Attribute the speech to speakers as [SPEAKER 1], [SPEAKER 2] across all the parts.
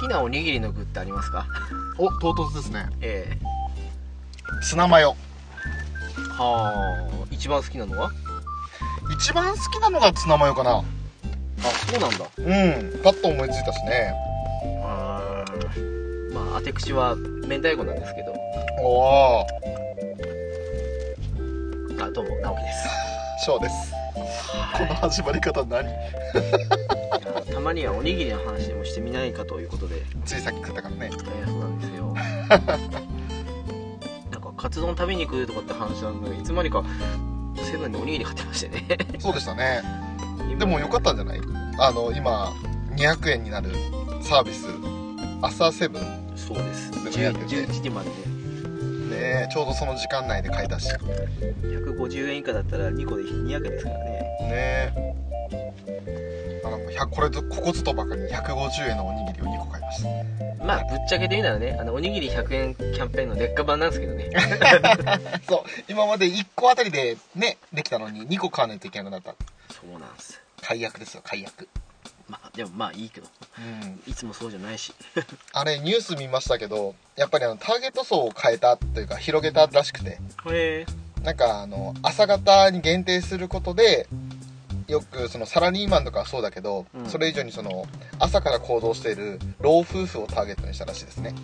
[SPEAKER 1] きなおにぎりの具ってありますか
[SPEAKER 2] お唐突ですね
[SPEAKER 1] ええ
[SPEAKER 2] ツナマヨ
[SPEAKER 1] はあ一番好きなのは
[SPEAKER 2] 一番好きなのがツナマヨかな
[SPEAKER 1] あそうなんだ
[SPEAKER 2] うんパッと思いついたしね
[SPEAKER 1] あーまあ当て口は明太子なんですけど
[SPEAKER 2] おお
[SPEAKER 1] あどうも直樹です
[SPEAKER 2] そうですこの始まり方何
[SPEAKER 1] い やたまにはおにぎりの話でもしてみないかということで、
[SPEAKER 2] ついさっき食ったからね
[SPEAKER 1] えーそうなんですよ なんかカツ丼食べに行くとかって話なんだけどいつまにかセブンでおにぎり買ってましてね
[SPEAKER 2] そうでしたね でもよかったんじゃないあの今200円になるサービス朝セブン
[SPEAKER 1] たそうです
[SPEAKER 2] でもやって
[SPEAKER 1] 10
[SPEAKER 2] て
[SPEAKER 1] 11時まで
[SPEAKER 2] ねちょうどその時間内で買い出し
[SPEAKER 1] で150円以下だったら2個で200円ですからね
[SPEAKER 2] ねあの100これとここずとばかりに150円のおにぎりを2個買いました
[SPEAKER 1] まあぶっちゃけてみたらねあのおにぎり100円キャンペーンの劣化版なんですけどね
[SPEAKER 2] そう今まで1個あたりでねできたのに2個買わないといけなくなった
[SPEAKER 1] そうなんです
[SPEAKER 2] 解約ですよ解約
[SPEAKER 1] まあでもまあいいけど
[SPEAKER 2] うん
[SPEAKER 1] いつもそうじゃないし
[SPEAKER 2] あれニュース見ましたけどやっぱりあのターゲット層を変えたというか広げたらしくて
[SPEAKER 1] へえ
[SPEAKER 2] なんかあの朝方に限定することでよくそのサラリーマンとかはそうだけど、
[SPEAKER 1] うん
[SPEAKER 2] それ以上にその朝から行動している老夫婦をターゲットにしたらしいですね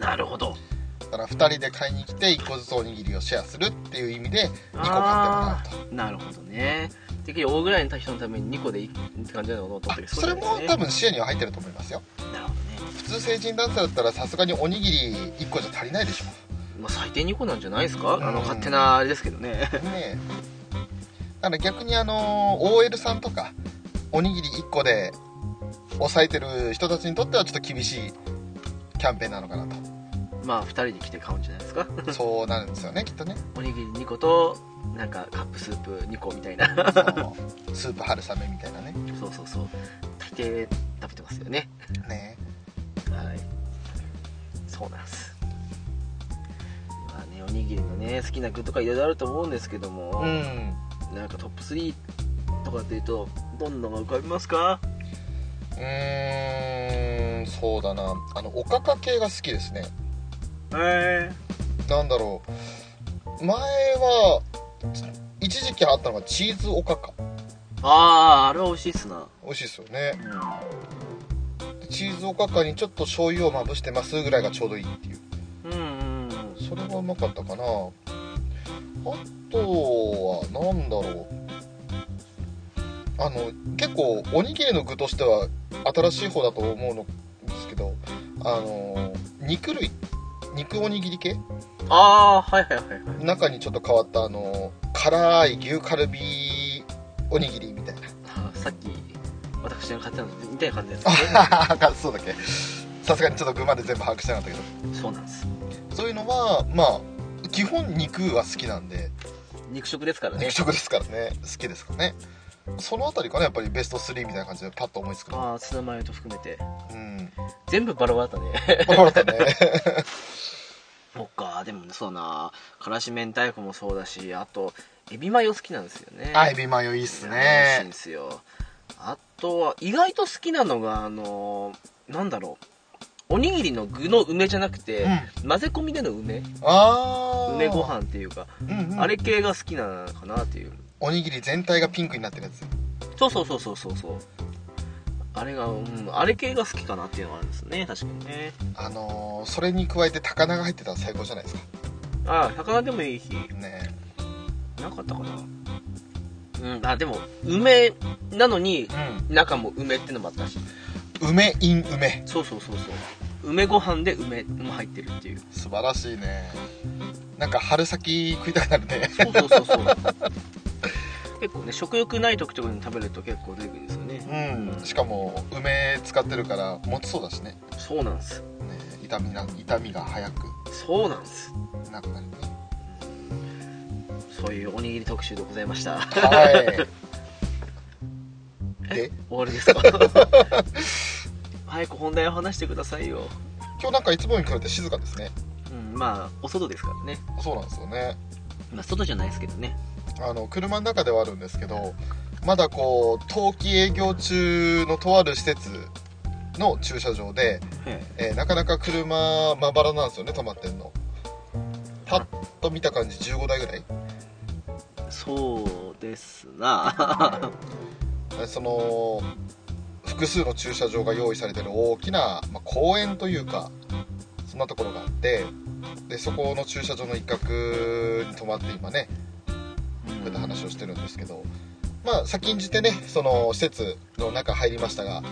[SPEAKER 1] なるほど
[SPEAKER 2] だから2人で買いに来て1個ずつおにぎりをシェアするっていう意味で2個買ってもらう
[SPEAKER 1] あーなるほどねできる大ぐらいの人のために2個でいいって感じなのかと思ったけど
[SPEAKER 2] とそれ
[SPEAKER 1] うじゃな
[SPEAKER 2] も
[SPEAKER 1] いです
[SPEAKER 2] 多分視野には入ってると思いますよ
[SPEAKER 1] ねなるほどね、
[SPEAKER 2] 普通成人男性だったらさすがにおにぎり1個じゃ足りないでしょ
[SPEAKER 1] まあ、最低2個なんじゃないですかあの
[SPEAKER 2] うん
[SPEAKER 1] 勝手なあれですけどね
[SPEAKER 2] ねえだから逆にあの OL さんとかおにぎり1個で抑えてる人たちにとってはちょっと厳しいキャンペーンなのかな
[SPEAKER 1] まあ2人で来て買うんじゃないですか
[SPEAKER 2] とそうなるんですよねきっとね
[SPEAKER 1] おにぎり2個となんかカップスープ2個みたい な
[SPEAKER 2] そのスープ春雨みたいなね
[SPEAKER 1] そうそうそう大抵食べてますよね
[SPEAKER 2] ね
[SPEAKER 1] はいそうなんですまあねおにぎりのね好きな具とかいろいろあると思うんですけども、
[SPEAKER 2] えうん
[SPEAKER 1] なんかトップ3とかっていうとどんなのが浮かびますか
[SPEAKER 2] うーんそうだなあのおかか系が好きですね
[SPEAKER 1] え
[SPEAKER 2] なんだろう前は一時期あったのがチーズおかか
[SPEAKER 1] あああれは美味しいっすな、
[SPEAKER 2] 美味しいですよね
[SPEAKER 1] うん、
[SPEAKER 2] チーズおかかにちょっと醤油をまぶしてますぐらいがちょうどいいっていう
[SPEAKER 1] うんうん
[SPEAKER 2] それはうまかったかなあとは何だろうあの結構おにぎりの具としては新しい方だと思うんですけどあの肉類肉おにぎり系
[SPEAKER 1] ああはいはいはいはい
[SPEAKER 2] 中にちょっと変わったあの辛い牛カルビおにぎりみたいな
[SPEAKER 1] あーさっき私が買ったのと似たような感じです ね
[SPEAKER 2] あ そうだっけさすがにちょっと具まで全部把握してなかったけど
[SPEAKER 1] そうなんです
[SPEAKER 2] そういうのはまあ基本肉は好きなんで
[SPEAKER 1] 肉食ですからね
[SPEAKER 2] 肉食ですからね好きですからねそのあたりかなやっぱりベスト3みたいな感じでパッと思いつくの
[SPEAKER 1] まあツナマヨと含めて
[SPEAKER 2] うん
[SPEAKER 1] 全部バラバラだね
[SPEAKER 2] バラバラだね
[SPEAKER 1] そっかでもそうだなからし明太子もそうだしあとエビマヨ好きなんですよね
[SPEAKER 2] アイビーマヨいいっす
[SPEAKER 1] 美味しいん
[SPEAKER 2] ね
[SPEAKER 1] ですよあとは意外と好きなのがあのーなんだろうおにぎりの具の梅じゃなくて、混ぜ込みでの梅
[SPEAKER 2] ああ
[SPEAKER 1] 梅ご、飯っていうか、
[SPEAKER 2] うんうん
[SPEAKER 1] あれ系が好きなのかなっていう
[SPEAKER 2] おにぎり全体がピンクになってるやつ
[SPEAKER 1] そうそうそうそうそうそうあれが、うん、あれ系が好きかなっていうのがあるんですね確かにね
[SPEAKER 2] あのーそれに加えて高菜が入ってたら最高じゃないですか
[SPEAKER 1] ああ魚でもいい日
[SPEAKER 2] ね
[SPEAKER 1] なかったかなうんあでも梅なのに
[SPEAKER 2] うん
[SPEAKER 1] 中も梅ってのもあったし
[SPEAKER 2] 梅イン梅
[SPEAKER 1] そうそうそうそう梅ご飯で梅も入ってるっていう
[SPEAKER 2] 素晴らしいねなんか春先食いたくなるね
[SPEAKER 1] そうそうそうそう 結構ね食欲ない時とかに食べると結構出てくるんですよね
[SPEAKER 2] うんしかも梅使ってるから持ちそうだしね
[SPEAKER 1] そうなんです
[SPEAKER 2] ね痛みな痛みが早く
[SPEAKER 1] そうなんです
[SPEAKER 2] なくなるね
[SPEAKER 1] そういうおにぎり特集でございま した
[SPEAKER 2] はい。で、
[SPEAKER 1] 終わりですか 早く本題を話してくださいよ、
[SPEAKER 2] 今日なんかいつもに比べて静かですね。
[SPEAKER 1] うん、まあお外ですからね
[SPEAKER 2] そうなんですよね。
[SPEAKER 1] まあ外じゃないですけどね
[SPEAKER 2] あの車の中ではあるんですけど、まだこう冬季営業中のとある施設の駐車場で、
[SPEAKER 1] え
[SPEAKER 2] えーなかなか車まばらなんですよね止まってんのパッと見た感じ15台ぐらい
[SPEAKER 1] えそうです な
[SPEAKER 2] でその複数の駐車場が用意されてる大きな、まあ公園というかそんなところがあってでそこの駐車場の一角に止まって今ねこういった話をしてるんですけど、まあ先んじてねその施設の中入りましたが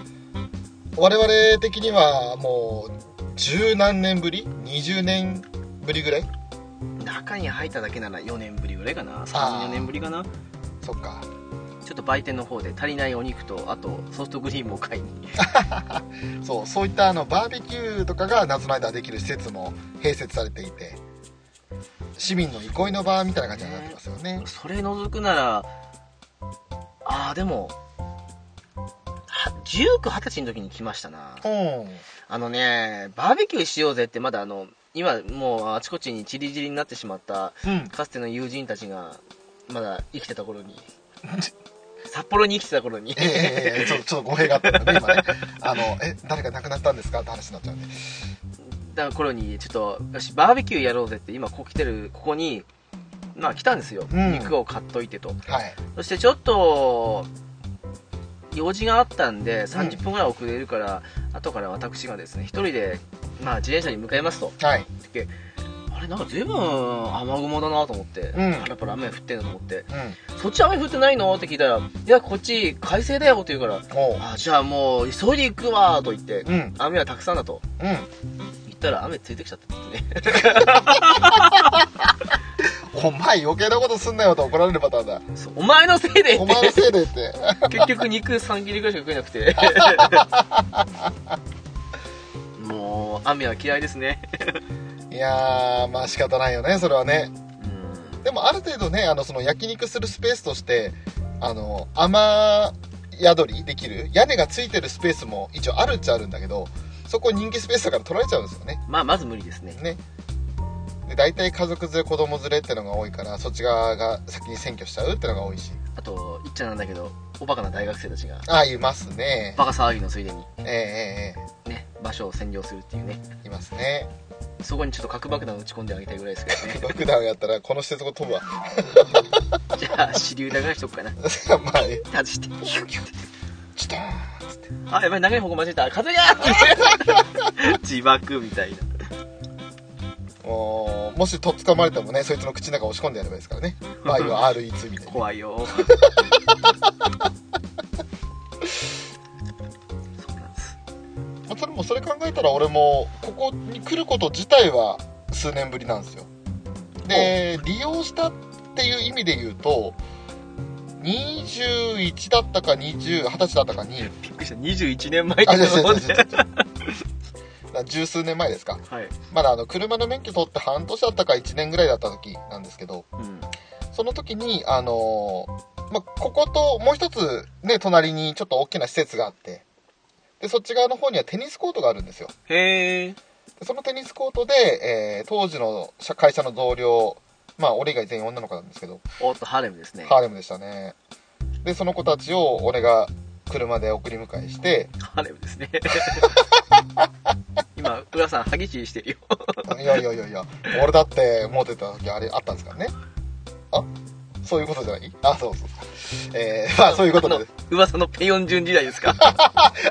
[SPEAKER 2] 我々的にはもう十何年ぶり20年ぶりぐらい
[SPEAKER 1] 中に入っただけなら4年ぶりぐらいかな
[SPEAKER 2] あー
[SPEAKER 1] 34年ぶりかな
[SPEAKER 2] そっか
[SPEAKER 1] ちょっと売店の方で足りないお肉とあとソフトクリームを買いに
[SPEAKER 2] そうそういったあのバーベキューとかが夏の間できる施設も併設されていて市民の憩いの場みたいな感じになってますよね
[SPEAKER 1] それ除くならああでも1920歳の時に来ましたな
[SPEAKER 2] う
[SPEAKER 1] あのねバーベキューしようぜってまだあの今もうあちこちにチリジリになってしまった
[SPEAKER 2] ん、うん、
[SPEAKER 1] かつての友人たちがまだ生きてた頃 に札幌に生きてた頃に
[SPEAKER 2] ええええええちょっとちょっと語弊があったんだね今ねあのえ誰か亡くなったんですかって話になっちゃうね
[SPEAKER 1] だ頃にちょっとよしバーベキューやろうぜって今ここ来てるここにまあ来たんですよ、
[SPEAKER 2] うん
[SPEAKER 1] 肉を買っといてと
[SPEAKER 2] はい
[SPEAKER 1] そしてちょっと用事があったんで30分ぐらい遅れるから、後から私がですね一人で、まあ、自転車に向かいますと
[SPEAKER 2] はい
[SPEAKER 1] あれなんか随分雨雲だなと思って、
[SPEAKER 2] うん
[SPEAKER 1] パラパラ雨降ってんだと思って
[SPEAKER 2] う
[SPEAKER 1] そっち雨降ってないのって聞いたらいやこっち快晴だよって言うから
[SPEAKER 2] んおう
[SPEAKER 1] あじゃあもう急いで行くわと言って、
[SPEAKER 2] うんうん
[SPEAKER 1] 雨はたくさんだと言ったら雨ついてきちゃったってね
[SPEAKER 2] お前余計なことすんなよと怒られるパターンだ
[SPEAKER 1] そうお前のせいで
[SPEAKER 2] お前のせいでって
[SPEAKER 1] 結局肉3切れぐらいしか食えなくて もう雨は嫌いですね
[SPEAKER 2] いやーまあ仕方ないよねそれはね
[SPEAKER 1] うん
[SPEAKER 2] でもある程度ねあのその焼肉するスペースとしてあの雨宿りできる屋根がついてるスペースも一応あるっちゃあるんだけどそこ人気スペースだから取られちゃうんですよね
[SPEAKER 1] まあまず無理ですね
[SPEAKER 2] ねで大体家族連れ子供連れってのが多いからそっち側が先に占拠しちゃうってのが多いし
[SPEAKER 1] あと言っちゃなんだけどおバカな大学生たちが
[SPEAKER 2] ああいますね
[SPEAKER 1] バカ騒ぎのついでに
[SPEAKER 2] えええ
[SPEAKER 1] ね場所を占領するっていうね
[SPEAKER 2] えええいますね
[SPEAKER 1] そこにちょっと核爆弾を打ち込んであげたいぐらいですけ どね
[SPEAKER 2] 爆弾やったらこの施設ごと飛ぶわ
[SPEAKER 1] じゃあ支流流しと くかな
[SPEAKER 2] まあえ
[SPEAKER 1] 外して
[SPEAKER 2] ちょっとーんつって
[SPEAKER 1] あやばい長い方向間違えた風が 自爆みたいな
[SPEAKER 2] もうもしとっ捕まれてもねそいつの口の中押し込んでやればいいですからねバイは RE2 みたいな
[SPEAKER 1] 怖い よそうなんです
[SPEAKER 2] まあそれもそれ考えたら俺もここに来ること自体は数年ぶりなんですよで利用したっていう意味で言うと21だったか2020歳だったかに
[SPEAKER 1] びっくりした21年前っ
[SPEAKER 2] あ
[SPEAKER 1] て
[SPEAKER 2] 違う違う違
[SPEAKER 1] こと
[SPEAKER 2] う違う違
[SPEAKER 1] で
[SPEAKER 2] うだから十数年前ですか
[SPEAKER 1] はい、
[SPEAKER 2] まだあの車の免許取って半年だったか1年ぐらいだった時なんですけど
[SPEAKER 1] うん、
[SPEAKER 2] その時にあのーまあ、ここともう一つね隣にちょっと大きな施設があってでそっち側の方にはテニスコートがあるんですよ
[SPEAKER 1] へえ
[SPEAKER 2] でそのテニスコートで、えー当時の社会社の同僚まあ俺以外全員女の子なんですけど
[SPEAKER 1] おっとハーレムですね
[SPEAKER 2] ハーレムでしたねでその子たちを俺が車で送り迎え して
[SPEAKER 1] ハーレムですね 今浦さん歯ぎしりしてるよ
[SPEAKER 2] 「いやいやいやいや俺だってモテた時あれあったんですからねあそういうことじゃないあそうそうそうえー、まあそういうことで
[SPEAKER 1] あの噂のペヨンジュン時代ですか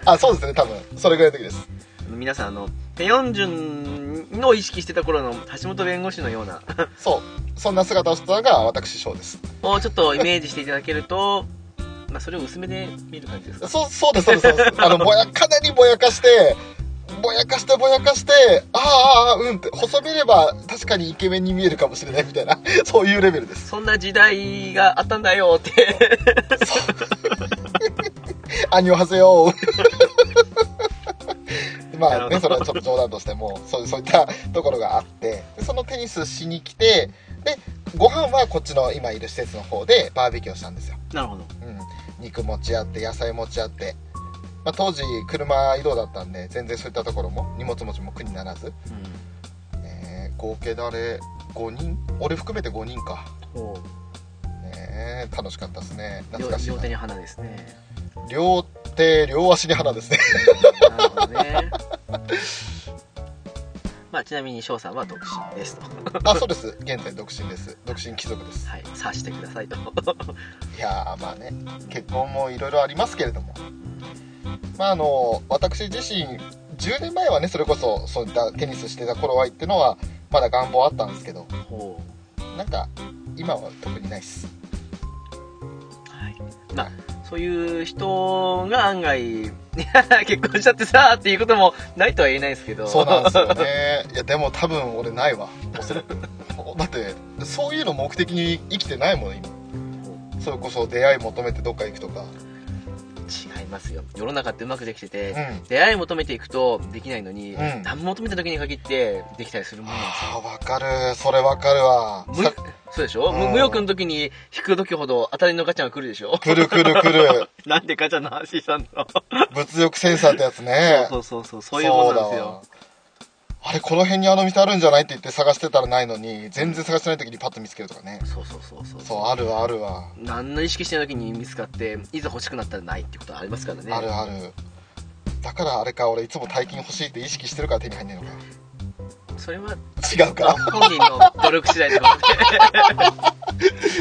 [SPEAKER 2] あそうですね多分それぐらいの時です
[SPEAKER 1] 皆さんあのペヨンジュンの意識してた頃の橋本弁護士のような
[SPEAKER 2] そうそんな姿をしてたのが私翔です
[SPEAKER 1] をちょっとイメージしていただけるとまあそれを薄めで見る感じですか
[SPEAKER 2] そうそうですそうですそうですあのぼやかなりぼやかしてぼやかしてぼやかしてああああうんって細めれば確かにイケメンに見えるかもしれないみたいなそういうレベルです
[SPEAKER 1] そんな時代があったんだよって
[SPEAKER 2] あにをはせ よう
[SPEAKER 1] なる
[SPEAKER 2] まあ
[SPEAKER 1] ほ
[SPEAKER 2] ね
[SPEAKER 1] ど
[SPEAKER 2] それはちょっと冗談としてもそうそういったところがあってでそのテニスしに来てでご飯はこっちの今いる施設の方でバーベキューをしたんですよ
[SPEAKER 1] なるほど
[SPEAKER 2] うん、肉持ち合って野菜持ち合って、まあ、当時車移動だったんで全然そういったところも荷物持ちも苦にならず、
[SPEAKER 1] う
[SPEAKER 2] ねえ合計であれ5人俺含めて5人か、
[SPEAKER 1] んおう
[SPEAKER 2] ねえ楽しかったですね
[SPEAKER 1] 両
[SPEAKER 2] 懐かしい
[SPEAKER 1] 両
[SPEAKER 2] な
[SPEAKER 1] 手に花ですね
[SPEAKER 2] 両手両足に花ですね
[SPEAKER 1] なるほどね まあちなみに翔さんは独身ですと
[SPEAKER 2] あそうです現在独身です独身貴族です
[SPEAKER 1] はい察してくださいと
[SPEAKER 2] いやーまあね結婚もいろいろありますけれどもまああの私自身10年前はねそれこそそういったテニスしてた頃はっていうのはまだ願望あったんですけど
[SPEAKER 1] ほ
[SPEAKER 2] なんか今は特にないっす
[SPEAKER 1] うはいまあそういう人が案外 いや結婚しちゃってさっていうこともないとは言えないですけ ど
[SPEAKER 2] そうなんですよねいやでも多分俺ないわ おそらくだってそういうの目的に生きてないもん今それこそ出会い求めてどっか行くとか
[SPEAKER 1] 違いますよ世の中ってうまくできて
[SPEAKER 2] う
[SPEAKER 1] て、
[SPEAKER 2] んあ
[SPEAKER 1] 出会い求めていくとできないのに、
[SPEAKER 2] うん
[SPEAKER 1] 何も求めた時に限ってできたりするもんなんですよ
[SPEAKER 2] あ分かるそれ分かるわ
[SPEAKER 1] 無
[SPEAKER 2] さ
[SPEAKER 1] そうでしょ、
[SPEAKER 2] うん
[SPEAKER 1] 無無欲の時に引く時ほど当たりのガチャが来るでしょ
[SPEAKER 2] くるくるくる
[SPEAKER 1] なんでガチャの話したんだろ
[SPEAKER 2] 物欲センサーってやつ
[SPEAKER 1] う
[SPEAKER 2] ね
[SPEAKER 1] そうそうそうそういうもんなんです
[SPEAKER 2] そうだ
[SPEAKER 1] よ
[SPEAKER 2] わあれこの辺にあの店あるんじゃないって言って探してたらないのに全然探してない時にパッと見つけるとかね
[SPEAKER 1] そうそうそうそう
[SPEAKER 2] そうあるわあるわ、
[SPEAKER 1] 何の意識してない時に見つかっていざ欲しくなったらないってことはありますからね
[SPEAKER 2] あるあるだからあれか俺いつも大金欲しいって意識してるから手に入んねえのか
[SPEAKER 1] それは
[SPEAKER 2] 違うか
[SPEAKER 1] 本人の努力次第とか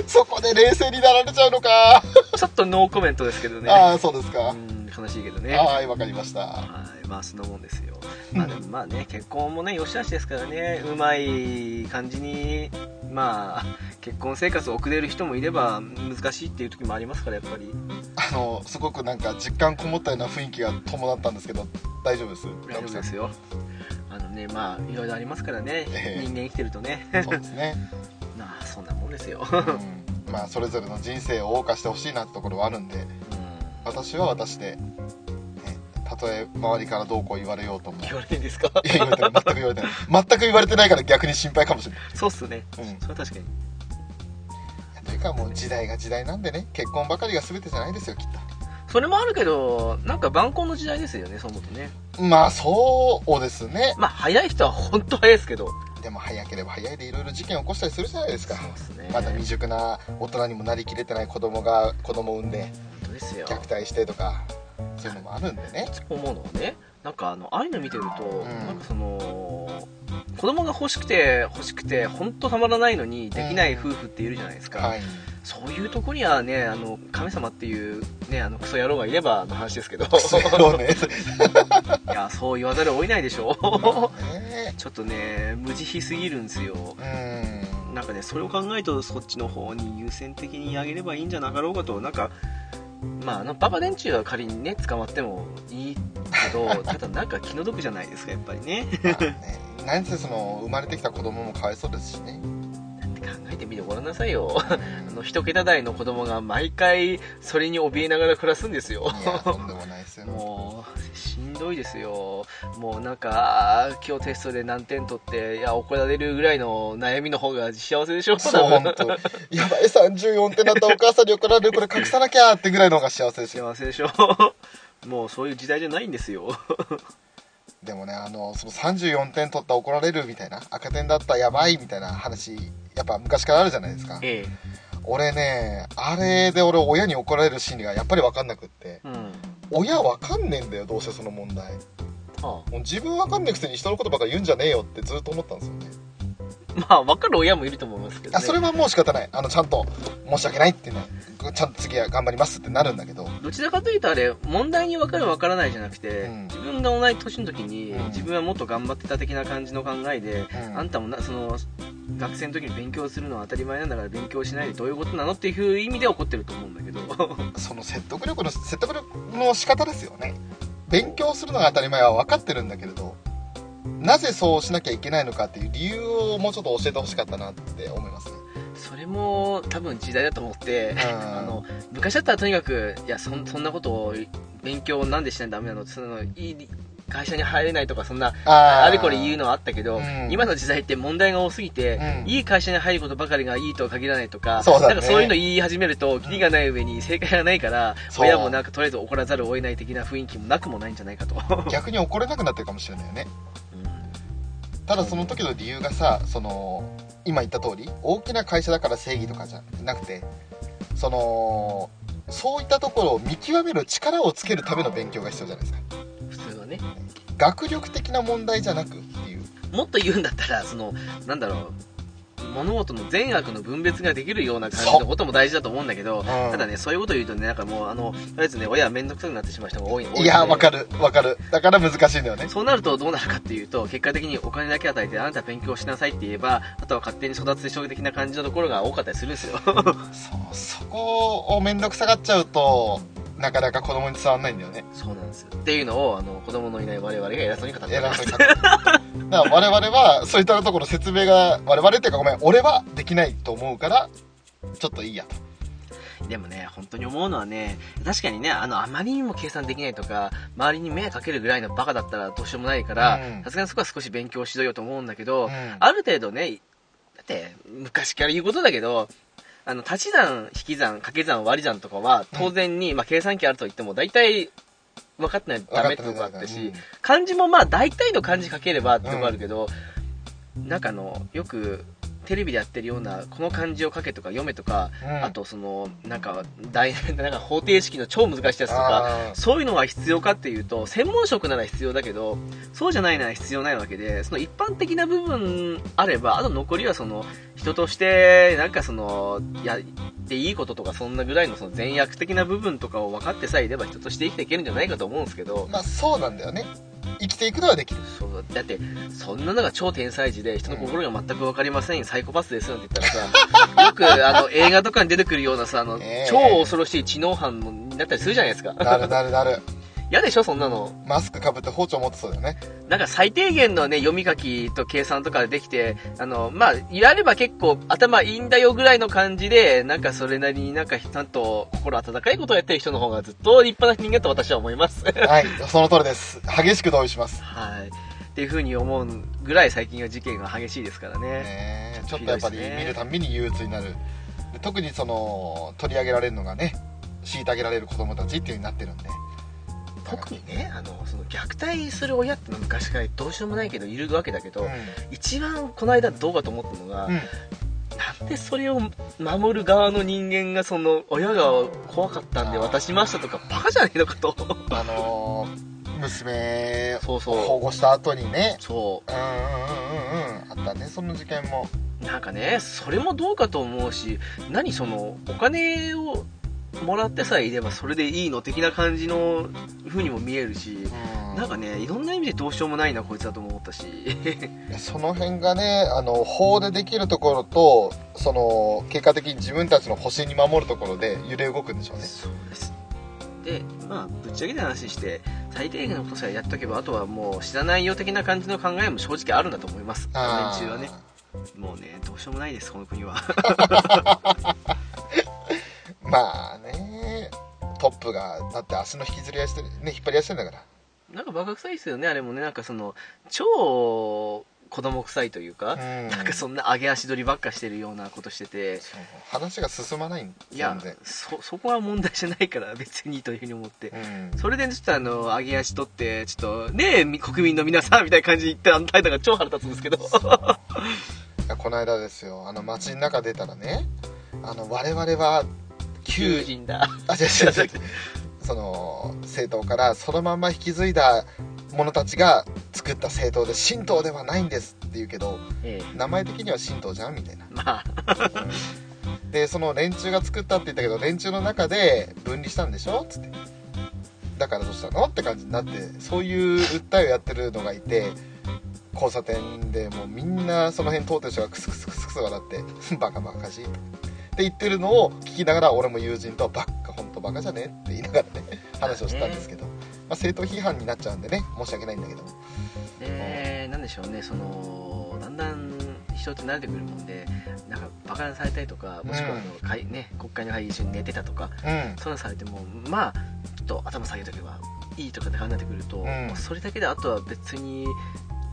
[SPEAKER 2] そこで冷静になられちゃうのか、
[SPEAKER 1] で ちょっとノーコメントですけどね
[SPEAKER 2] ああそうですか、
[SPEAKER 1] うん悲しいけどね
[SPEAKER 2] はいわかりました
[SPEAKER 1] はいまあそんなもんですよまあでもまあね結婚もねよしあしですからねうまい感じにまあ結婚生活を送れる人もいれば難しいっていう時もありますからやっぱり
[SPEAKER 2] あのすごくなんか実感こもったような雰囲気が伴ったんですけど大丈夫です
[SPEAKER 1] 大丈夫ですよあのねまあいろいろありますからね、
[SPEAKER 2] ええ
[SPEAKER 1] 人間生きてるとね
[SPEAKER 2] そうですね、
[SPEAKER 1] まあそんなもんですよ、
[SPEAKER 2] うん、まあそれぞれの人生を謳歌してほしいなってところはあるんで
[SPEAKER 1] うん、
[SPEAKER 2] 私は私で、ね、たとえ周りからどうこう言われようともい
[SPEAKER 1] 言われるんですか
[SPEAKER 2] や言われてない全く言われてない全く言われてないから逆に心配かもしれない、
[SPEAKER 1] そうっすね
[SPEAKER 2] うんい
[SPEAKER 1] それは確かに
[SPEAKER 2] や、というかもう時代が時代なんでね結婚ばかりが全てじゃないですよきっ
[SPEAKER 1] それもあるけどなんか晩婚の時代ですよねそう思うとね
[SPEAKER 2] とまあそうですね
[SPEAKER 1] まあ早い人は本当早いですけど
[SPEAKER 2] でも早ければ早いでいろいろ事件を起こしたりするじゃないですか
[SPEAKER 1] そうっすね
[SPEAKER 2] まだ未熟な大人にもなりきれてない子供が子供を産んで
[SPEAKER 1] 本当ですよ
[SPEAKER 2] 虐待してとかそういうのもあるんでね
[SPEAKER 1] 思うのはねなんかあのああいうの見てると、
[SPEAKER 2] ん
[SPEAKER 1] なんかその子供が欲しくて欲しくて本当たまらないのにできない夫婦っているじゃないですか、
[SPEAKER 2] はい
[SPEAKER 1] そういうとこにはねあの神様っていうねあのクソ野郎がいればの話ですけどい
[SPEAKER 2] クソ野郎ね
[SPEAKER 1] やそう言わざるを得ないでし
[SPEAKER 2] ま
[SPEAKER 1] ょ
[SPEAKER 2] あね
[SPEAKER 1] ちょっとね無慈悲すぎるんですよ
[SPEAKER 2] うん
[SPEAKER 1] なんかねそれを考えるとそっちの方に優先的にあげればいいんじゃなかろうかとなんかまああのババ電柱は仮にね捕まってもいいけ どただなんか気の毒じゃないですかやっぱりね
[SPEAKER 2] まあねなんせその生まれてきた子供もかわいそうですし ね
[SPEAKER 1] 考えてみてごらんなさいよ
[SPEAKER 2] う
[SPEAKER 1] あ
[SPEAKER 2] ん
[SPEAKER 1] の一桁台の子供が毎回それに怯えながら暮らすんですよ
[SPEAKER 2] いやとんでもないですよね
[SPEAKER 1] もうしんどいですよもうなんかあー今日テストで何点取っていや怒られるぐらいの悩みの方が幸せでしょ
[SPEAKER 2] そう
[SPEAKER 1] 多分
[SPEAKER 2] 本当やばい34点だったお母さんに怒られるこれ隠さなきゃってぐらいの方が幸せですよ
[SPEAKER 1] 幸せでしょ もうそういう時代じゃないんですよ
[SPEAKER 2] でもねあのその34点取った怒られるみたいな赤点だったやばいみたいな話やっぱ昔からあるじゃないですか
[SPEAKER 1] ええ
[SPEAKER 2] 俺ねあれで俺親に怒られる心理がやっぱり分かんなくって
[SPEAKER 1] うん
[SPEAKER 2] 親分かんねえんだよどうしてその問題
[SPEAKER 1] あ
[SPEAKER 2] もう自分分かんねえくせに人のことばっか言うんじゃねえよってずっと思ったんですよね
[SPEAKER 1] あまあ分かる親もいると思いますけど、
[SPEAKER 2] あ
[SPEAKER 1] ね、
[SPEAKER 2] それはもう仕方ないあのちゃんと申し訳ないってねちゃんと次は頑張りますってなるんだけど
[SPEAKER 1] どちらかというとあれ問題に分かる分からないじゃなくて、
[SPEAKER 2] うん
[SPEAKER 1] 自分が同じ年の時に、
[SPEAKER 2] うん
[SPEAKER 1] 自分はもっと頑張ってた的な感じの考えで、
[SPEAKER 2] うん
[SPEAKER 1] あんたもなその学生の時に勉強するのは当たり前なんだから勉強しないでどういうことなのっていう意味で怒ってると思うんだけど
[SPEAKER 2] その説得力の説得力の仕方ですよね勉強するのが当たり前は分かってるんだけれどなぜそうしなきゃいけないのかっていう理由をもうちょっと教えてほしかったなって思いますね
[SPEAKER 1] それも多分時代だと思って
[SPEAKER 2] う ん
[SPEAKER 1] あの昔だったらとにかくいやそんそんなことを勉強なんでしないとダメなのそのいい会社に入れないとかそんな
[SPEAKER 2] あ
[SPEAKER 1] あれこれ言う
[SPEAKER 2] の
[SPEAKER 1] のはあったけど、
[SPEAKER 2] うん
[SPEAKER 1] 今の時代って問題が多すぎて、
[SPEAKER 2] うん
[SPEAKER 1] いい会社に入ることばかりがいいとは限らないとか
[SPEAKER 2] そうだ
[SPEAKER 1] な
[SPEAKER 2] ね
[SPEAKER 1] んかそういうの言い始めるとキリがない上に正解がないから、
[SPEAKER 2] そう
[SPEAKER 1] 親もなんかとりあえず怒らざるを得ない的な雰囲気もなくもないんじゃないかと、
[SPEAKER 2] 逆に怒れなくなってるかもしれないよね
[SPEAKER 1] うん
[SPEAKER 2] ただその時の理由がさその今言った通り大きな会社だから正義とかじゃなくてそのそういったところを見極める力をつけるための勉強が必要じゃないですか
[SPEAKER 1] 普通はね
[SPEAKER 2] 学力的な問題じゃなくっていう
[SPEAKER 1] もっと言うんだったらそのなんだろう物事の善悪の分別ができるような感じのことも大事だと思うんだけど、ただねそういうこと言うとねなんかもうあのとりあえずね親は面倒くさくなってしまう人が多い多い
[SPEAKER 2] いやわか
[SPEAKER 1] る
[SPEAKER 2] るわかるだから難しいんだよね
[SPEAKER 1] そうなるとどうなるかっていうと結果的にお金だけ与えてあなた勉強しなさいって言えばあとは勝手に育つ衝撃的な感じのところが多かったりするんですよ
[SPEAKER 2] そうそこを面倒くさがっちゃうとなかなか子供に伝わんないんだよね
[SPEAKER 1] そうなんですよっていうのをあの子供のいない我々が偉そうに語って
[SPEAKER 2] 偉
[SPEAKER 1] ます
[SPEAKER 2] そうにだから我々はそういったところ説明が我々っていうかごめん俺はできないと思うからちょっといいやと
[SPEAKER 1] でもね本当に思うのはね確かにねあのあまりにも計算できないとか周りに迷惑かけるぐらいのバカだったらどうしようもないから
[SPEAKER 2] うん
[SPEAKER 1] さすがにそこは少し勉強しろよと思うんだけど、
[SPEAKER 2] うん
[SPEAKER 1] ある程度ねだって昔から言うことだけどあの足し算引き算掛け算割り算とかは当然に、まあ、計算機あると言っても大体分かってないとダメってとこあったし、
[SPEAKER 2] うん
[SPEAKER 1] 漢字もまあ大体の漢字書ければってとこあるけど、なんかあのよくテレビでやってるようなこの漢字を書けとか読めとか、
[SPEAKER 2] うん
[SPEAKER 1] あとそのなんか大なんか方程式の超難しいやつとか
[SPEAKER 2] あー
[SPEAKER 1] そういうのが必要かっていうと専門職なら必要だけどそうじゃないなら必要ないわけでその一般的な部分あればあと残りはその人としてなんかそのやっていいこととかそんなぐらいのその善悪的な部分とかを分かってさえいれば人として生きていけるんじゃないかと思うんですけど。
[SPEAKER 2] まあそうなんだよね生きていくのはで きる
[SPEAKER 1] そうだってそんなのが超天才児で人の心が全く分かりません、サイコパスですなんて言ったらさよくあの映画とかに出てくるようなさあの、
[SPEAKER 2] ねえ
[SPEAKER 1] 超恐ろしい知能犯になったりするじゃないですか
[SPEAKER 2] なるなるなる
[SPEAKER 1] 嫌でしょそんなの
[SPEAKER 2] マスクかぶって包丁持ってそうだよね
[SPEAKER 1] なんか最低限のね読み書きと計算とかできてあのまあやれば結構頭いいんだよぐらいの感じでなんかそれなりになんかちゃんと心温かいことをやってる人の方がずっと立派な人間と私は思います
[SPEAKER 2] はいその通りです激しく同意します
[SPEAKER 1] はいっていうふうに思うぐらい最近は事件が激しいですからね
[SPEAKER 2] ねえちょっとやっぱり見るたんびに憂鬱になるで特にその取り上げられるのがね虐げられる子供たちっていう風になってるんで
[SPEAKER 1] 特にねあのその虐待する親ってのは昔からどうしようもないけどいるわけだけど、
[SPEAKER 2] う
[SPEAKER 1] 一番この間どうかと思ったのが、
[SPEAKER 2] ん、うん
[SPEAKER 1] なんでそれを守る側の人間がその親が怖かったんで渡しましたとかバカじゃねえのかと
[SPEAKER 2] あのー娘
[SPEAKER 1] そう
[SPEAKER 2] を保
[SPEAKER 1] そ
[SPEAKER 2] 護した後にね
[SPEAKER 1] うそ
[SPEAKER 2] うんうんうんうんうんあったねその事件も
[SPEAKER 1] うなんかねそれもどうかと思うし何そのお金をもらってさえいればそれでいいの的な感じの風にも見えるし
[SPEAKER 2] うん
[SPEAKER 1] なんかねいろんな意味でどうしようもないなこいつだとも思ったし
[SPEAKER 2] その辺がねあの法でできるところとその結果的に自分たちの保身に守るところで揺れ動くんでしょう ね
[SPEAKER 1] そうですでまあぶっちゃけた話して最低限のことさえやっとけばあとはもう知らないよ的な感じの考えも正直あるんだと思います
[SPEAKER 2] あ
[SPEAKER 1] 画
[SPEAKER 2] ー
[SPEAKER 1] 面中はねもうねどうしようもないですこの国は
[SPEAKER 2] まあねトップがだって足の引きずり合いしてるね引っ張り合いしてるんだか
[SPEAKER 1] なんかバカ臭いですよねあれもねなんかその超子供臭いというか、
[SPEAKER 2] ら、うん、
[SPEAKER 1] なんかそんな上げ足取りばっかしてるようなことしてて
[SPEAKER 2] そう話が進まないん
[SPEAKER 1] いや
[SPEAKER 2] 全然
[SPEAKER 1] そそこは問題じゃないから別にというふうに思って
[SPEAKER 2] うん
[SPEAKER 1] それでちょっとあの上げ足取ってちょっとねえみ国民の皆さんみたいな感じで言ってあの態度が超腹立つんですけど
[SPEAKER 2] いやこの間ですよあの街の中出たらねあの我々は
[SPEAKER 1] 求
[SPEAKER 2] 旧
[SPEAKER 1] 人だ
[SPEAKER 2] あ違う違う違うその政党からそのまんま引き継いだ者たちが作った政党で神道ではないんですって言うけど
[SPEAKER 1] ええ
[SPEAKER 2] 名前的には神道じゃんみたいな
[SPEAKER 1] まあ
[SPEAKER 2] でその連中が作ったって言ったけど連中の中で分離したんでしょつってだからどうしたのって感じになってそういう訴えをやってるのがいて交差点でもうみんなその辺通ってる人がクスクスクスクス笑って「バカバカしい」って言ってるのを聞きながら俺も友人と「バッカほんとバカじゃね?」って言いながらね話をしたんですけど、まあ、政党批判になっちゃうんでね申し訳ないんだけど
[SPEAKER 1] えー、なんでしょうねそのだんだん人って慣れてくるもんでなんかバカにされたりとかもしくはあの、会ね、国会の会議中に寝てたとか
[SPEAKER 2] うん
[SPEAKER 1] そんなのされてもまあちょっと頭下げとけばいいとかって感じになってくると、
[SPEAKER 2] ん
[SPEAKER 1] もうそれだけであとは別に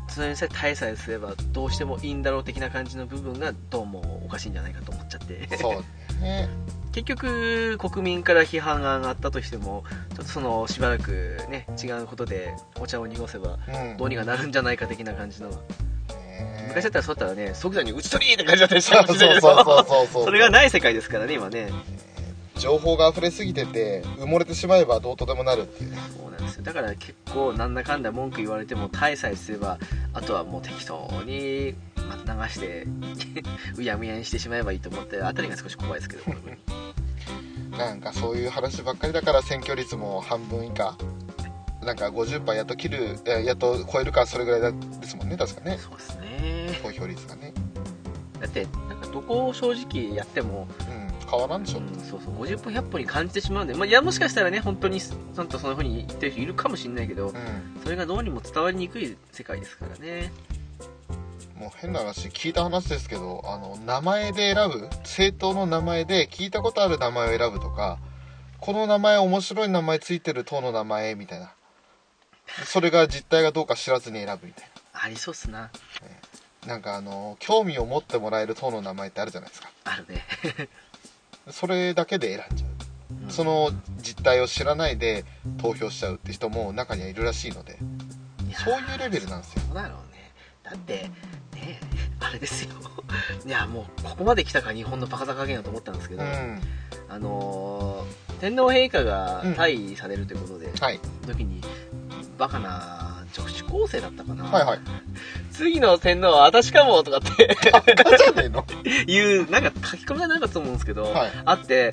[SPEAKER 1] それにさえ耐えさえすればどうしてもいいんだろう的な感じの部分がどうもおかしいんじゃないかと思っちゃって
[SPEAKER 2] そうね
[SPEAKER 1] 結局国民から批判が上がったとしてもちょっとそのしばらくね違うことでお茶を濁せば
[SPEAKER 2] うん
[SPEAKER 1] どうにかなるんじゃないか的な感じの
[SPEAKER 2] ね
[SPEAKER 1] 昔だったらそうだったらね即座に打ち取りって感じだったりしたか
[SPEAKER 2] そう
[SPEAKER 1] もしれ
[SPEAKER 2] そ
[SPEAKER 1] ないう け
[SPEAKER 2] そう
[SPEAKER 1] ど
[SPEAKER 2] そうそうそう
[SPEAKER 1] それがない世界ですからね今ね
[SPEAKER 2] 情報が溢れすぎてて埋もれてしまえばどうとでもなるっていう
[SPEAKER 1] そうなんですよだから結構なんだかんだ文句言われても大さえすればあとはもう適当にまた流して うやむやにしてしまえばいいと思ってあたりが少し怖いです けど僕に
[SPEAKER 2] なんかそういう話ばっかりだから選挙率も半分以下なんか50%やっと切るえやっと超えるかそれぐらいだですもんね確かね
[SPEAKER 1] そうですね
[SPEAKER 2] 投票率がね
[SPEAKER 1] だってなんかどこを正直やっても、
[SPEAKER 2] うん変わらんでしょ、
[SPEAKER 1] うんそうそう50分100分に感じてしまうんで、まあ、いやもしかしたらね本当にちゃんとそのふうに言ってる人いるかもしれないけど
[SPEAKER 2] うん、
[SPEAKER 1] それがどうにも伝わりにくい世界ですからね
[SPEAKER 2] もう変な話聞いた話ですけどあの名前で選ぶ政党の名前で聞いたことある名前を選ぶとかこの名前面白い名前ついてる党の名前みたいなそれが実態がどうか知らずに選ぶみたい
[SPEAKER 1] ありそうっすな
[SPEAKER 2] ななんかあの興味を持ってもらえる党の名前ってあるじゃないですか
[SPEAKER 1] あるね、
[SPEAKER 2] それだけで選んじゃう
[SPEAKER 1] うん
[SPEAKER 2] その実態を知らないで投票しちゃうって人も中にはいるらしいので
[SPEAKER 1] いやー
[SPEAKER 2] そういうレベルなんですよ
[SPEAKER 1] そうだろうねだってねえあれですよ いやもうここまで来たか日本のバカさ加減だと思ったんですけ
[SPEAKER 2] う
[SPEAKER 1] ど、
[SPEAKER 2] ん
[SPEAKER 1] あのー天皇陛下が
[SPEAKER 2] うん
[SPEAKER 1] 退位されるということで、
[SPEAKER 2] はい
[SPEAKER 1] 時にバカな女子高生だったかな、
[SPEAKER 2] はいはい
[SPEAKER 1] 次の天皇は私かもとかって
[SPEAKER 2] 赤じゃねえの
[SPEAKER 1] いうなんか書き込みがなかったと思うんですけど、
[SPEAKER 2] はい
[SPEAKER 1] あって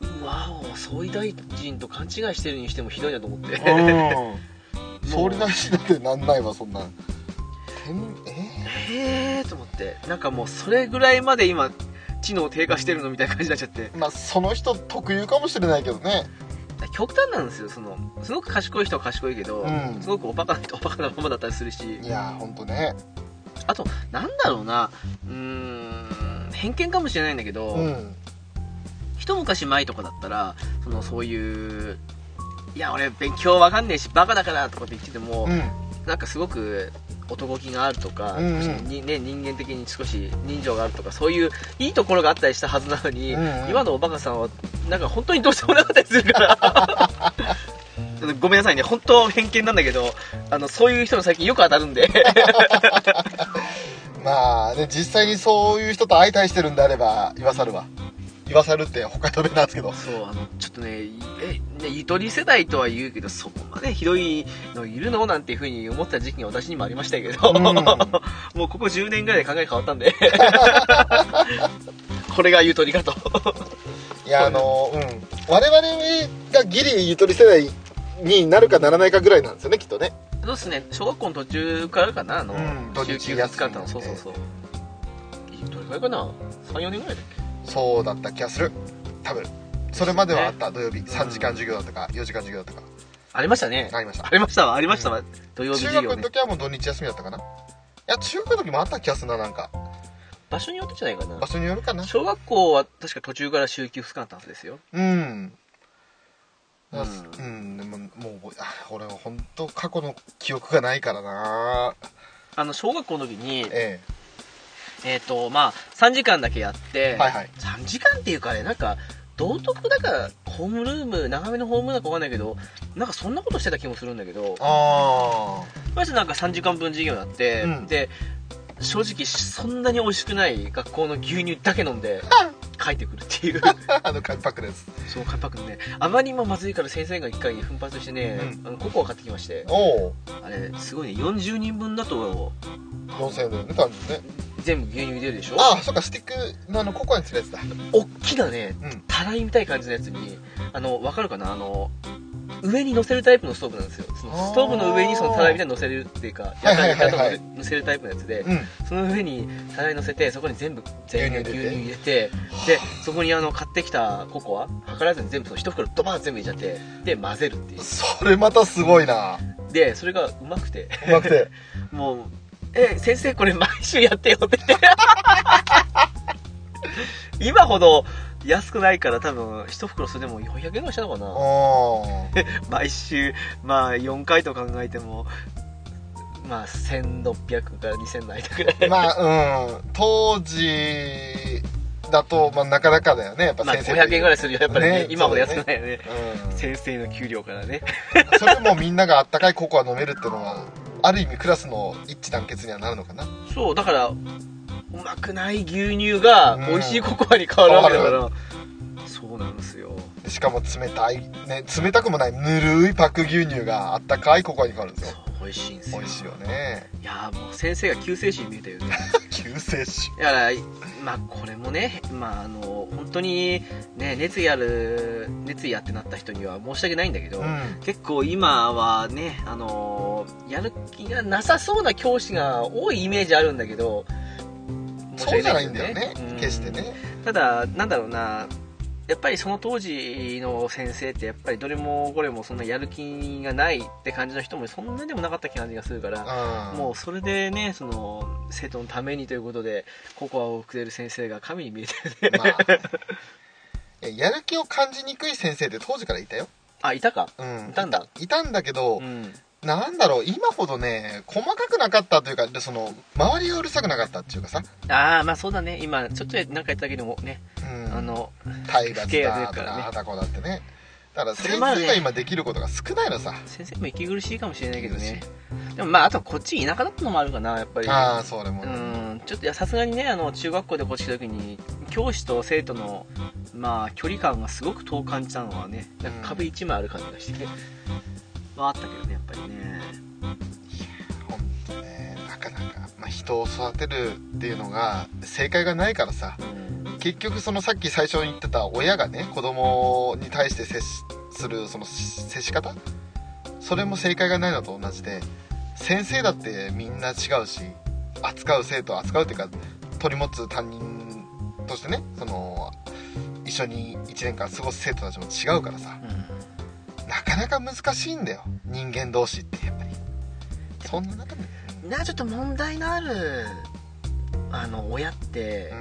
[SPEAKER 1] うわお総理大臣と勘違いしてるにしてもひどいなと思って
[SPEAKER 2] うん総理大臣なんてなんないわそんなん天
[SPEAKER 1] へ
[SPEAKER 2] え
[SPEAKER 1] えと思ってなんかもうそれぐらいまで今知能低下してるのみたいな感じになっちゃって
[SPEAKER 2] ーまあその人特有かもしれないけどね
[SPEAKER 1] 極端なんですよそのすごく賢い人は賢いけど、
[SPEAKER 2] うん
[SPEAKER 1] すごくおバカな人は おバカなままだったりするし
[SPEAKER 2] いやーほんとね
[SPEAKER 1] あとなんだろうなうーん偏見かもしれないんだけど、
[SPEAKER 2] うん
[SPEAKER 1] 一昔前とかだったらそのそういういや俺勉強わかんねえしバカだからとかって言ってても、
[SPEAKER 2] うん
[SPEAKER 1] なんかすごく男気があるとか、
[SPEAKER 2] うんうん
[SPEAKER 1] 少しにね、人間的に少し人情があるとかそういういいところがあったりしたはずなのに、
[SPEAKER 2] うんうん
[SPEAKER 1] 今のおバカさんはなんか本当にどうしようもなかったりするからちょっとごめんなさいね本当偏見なんだけどあのそういう人の最近よく当たるんで
[SPEAKER 2] まあね実際にそういう人と相対してるんであれば言わさるわ言わさるって他の弁なんですけど
[SPEAKER 1] そうあのちょっとねえねゆとり世代とは言うけどそこまでひどいのいるのなんていうふうに思った時期が私にもありましたけど、
[SPEAKER 2] うん
[SPEAKER 1] もうここ10年ぐらいで考え変わったん でこれがゆとりかと。
[SPEAKER 2] いやあのうん我々がギリゆとり世代になるかならないかぐらいなんですよねきっとね
[SPEAKER 1] そうですね小学校の途中からかなあの、
[SPEAKER 2] うん
[SPEAKER 1] 週休が使ったのそ
[SPEAKER 2] 土日休み
[SPEAKER 1] うそうそうどれくらいかな34年ぐらいだっ
[SPEAKER 2] そうだった気がする多分それまではあった土曜日3時間授業だとか4時間授業だとか
[SPEAKER 1] けありましたね
[SPEAKER 2] ありました
[SPEAKER 1] ありましたわありましたわ、土曜日
[SPEAKER 2] 中
[SPEAKER 1] 授業
[SPEAKER 2] 学の
[SPEAKER 1] ね
[SPEAKER 2] 時はもう土日休みだったかないや中学の時もあった気がするななんか
[SPEAKER 1] 場所によってじゃないか
[SPEAKER 2] 場
[SPEAKER 1] な
[SPEAKER 2] 所によるかな
[SPEAKER 1] 小学校は確か途中から週休2日だったんですよ
[SPEAKER 2] うんうん、
[SPEAKER 1] うん
[SPEAKER 2] うん、でももうあ俺は本当過去の記憶がないからな
[SPEAKER 1] あの小学校の時に
[SPEAKER 2] え
[SPEAKER 1] えっ、とまあ3時間だけやって、
[SPEAKER 2] えはいはい
[SPEAKER 1] 3時間っていうかねなんか道徳だかホームルーム長めのホームルームだかわかんないけどなんかそんなことしてた気もするんだけど
[SPEAKER 2] あ
[SPEAKER 1] まずなんか3時間分授業やって、
[SPEAKER 2] うん
[SPEAKER 1] で正直そんなに美味しくない学校の牛乳だけ飲んで帰ってくるっていう
[SPEAKER 2] ああの紙パックです
[SPEAKER 1] そう関白のねあまりにもまずいから先生が一回奮発してね、
[SPEAKER 2] う
[SPEAKER 1] あのココア買ってきまして
[SPEAKER 2] おお
[SPEAKER 1] あれすごいね40人分だと
[SPEAKER 2] 4000円だよね多分ね
[SPEAKER 1] 全部牛乳入れるでしょ
[SPEAKER 2] ああそっかスティックのあのココアにつるやつだ
[SPEAKER 1] おっきなね
[SPEAKER 2] うん
[SPEAKER 1] たらいみたい感じのやつにあの分かるかなあの上に乗せるタイプのストーブなんですよそのストーブの上にそのたらいみたいに乗せるっていうか
[SPEAKER 2] はいはいはいは
[SPEAKER 1] 屋台
[SPEAKER 2] い
[SPEAKER 1] に乗せるタイプのやつで、
[SPEAKER 2] うん
[SPEAKER 1] その上に皿に乗せてそこに全部全部牛
[SPEAKER 2] 牛
[SPEAKER 1] 乳
[SPEAKER 2] 乳入れて
[SPEAKER 1] 入れてでそこにあの買ってきたココア計らずに全部その一袋ドバーン全部入れちゃってで混ぜるっていう
[SPEAKER 2] それまたすごいな
[SPEAKER 1] でそれがうまくて
[SPEAKER 2] うまくて
[SPEAKER 1] もう「え先生これ毎週やってよ」って 言って今ほど安くないから多分一袋それでも400円ぐらいしたのかな
[SPEAKER 2] おー
[SPEAKER 1] 毎週まあ4回と考えてもまあ1600から2000の間ぐらい
[SPEAKER 2] まあうん当時だと、まあ、なかなかだよねやっぱ
[SPEAKER 1] まあ
[SPEAKER 2] 先生、
[SPEAKER 1] 500円ぐら
[SPEAKER 2] い、
[SPEAKER 1] いするよやっぱりね
[SPEAKER 2] ね
[SPEAKER 1] 今ほど安くないよね
[SPEAKER 2] うん、
[SPEAKER 1] 先生の給料からね
[SPEAKER 2] それでもみんながあったかいココア飲めるってのはある意味クラスの一致団結にはなるのかな
[SPEAKER 1] そうだからうまくない牛乳が美味しいココアに変わるわけだから、そそうなんですよ
[SPEAKER 2] でしかも冷たい、ね、冷たくもないぬるいパック牛乳があったかいココアに変わるんです
[SPEAKER 1] そ
[SPEAKER 2] よ
[SPEAKER 1] う美味しいんです
[SPEAKER 2] 美
[SPEAKER 1] よ
[SPEAKER 2] 味しいよね
[SPEAKER 1] いやーもう先生が救世主に見えたよね
[SPEAKER 2] 救世主
[SPEAKER 1] だからまあこれもねまああの本当にね熱意ある熱意やってなった人には申し訳ないんだけど、
[SPEAKER 2] うん
[SPEAKER 1] 結構今はねあのやる気がなさそうな教師が多いイメージあるんだけど申
[SPEAKER 2] そう
[SPEAKER 1] 訳
[SPEAKER 2] じゃないんだよね
[SPEAKER 1] けどうん
[SPEAKER 2] 決してね
[SPEAKER 1] ただなんだろうなやっぱりその当時の先生ってやっぱりどれもこれもそんなやる気がないって感じの人もそんなでもなかった感じがするから
[SPEAKER 2] うん
[SPEAKER 1] もうそれでねその生徒のためにということでココアをくれる先生が神に見えてるね
[SPEAKER 2] まあいややる気を感じにくい先生って当時からいたよ、
[SPEAKER 1] あいたか
[SPEAKER 2] うん、
[SPEAKER 1] いたんだ
[SPEAKER 2] いたんだけど、
[SPEAKER 1] うん
[SPEAKER 2] なんだろう今ほどね細かくなかったというかでその周りがうるさくなかったっていうかさ、
[SPEAKER 1] ああまあそうだね今ちょっとなんか言ったけどもね
[SPEAKER 2] うん、
[SPEAKER 1] あの
[SPEAKER 2] 体罰
[SPEAKER 1] 不敬が出
[SPEAKER 2] だ
[SPEAKER 1] る
[SPEAKER 2] と
[SPEAKER 1] からね
[SPEAKER 2] かあだこだってねだから
[SPEAKER 1] そ
[SPEAKER 2] 先
[SPEAKER 1] れ
[SPEAKER 2] 生
[SPEAKER 1] までね
[SPEAKER 2] が今できることが少ないのさ
[SPEAKER 1] 先生も息苦しいかもしれないけど
[SPEAKER 2] 息
[SPEAKER 1] ねでもまああとこっち田舎だったのもあるかなやっぱり
[SPEAKER 2] ああそれも
[SPEAKER 1] う
[SPEAKER 2] ね
[SPEAKER 1] んちょっといやさすがにねあの中学校でこっち来た時に教師と生徒の、まあ、距離感がすごく遠く感じたのはねなんか壁一枚ある感じがして、まああったけどねやっぱりね
[SPEAKER 2] ほんとねなかなか、まあ、人を育てるっていうのが正解がないからさ
[SPEAKER 1] うん
[SPEAKER 2] 結局そのさっき最初に言ってた親がね子供に対して接しするその接し方それも正解がないのと同じで先生だってみんな違うし扱う生徒扱うっていうか取り持つ担任としてねその一緒に1年間過ごす生徒たちも違うからさなかなか難しいんだよ人間同士ってやっぱりそんな中で
[SPEAKER 1] うんなちょっと問題のあるあの親って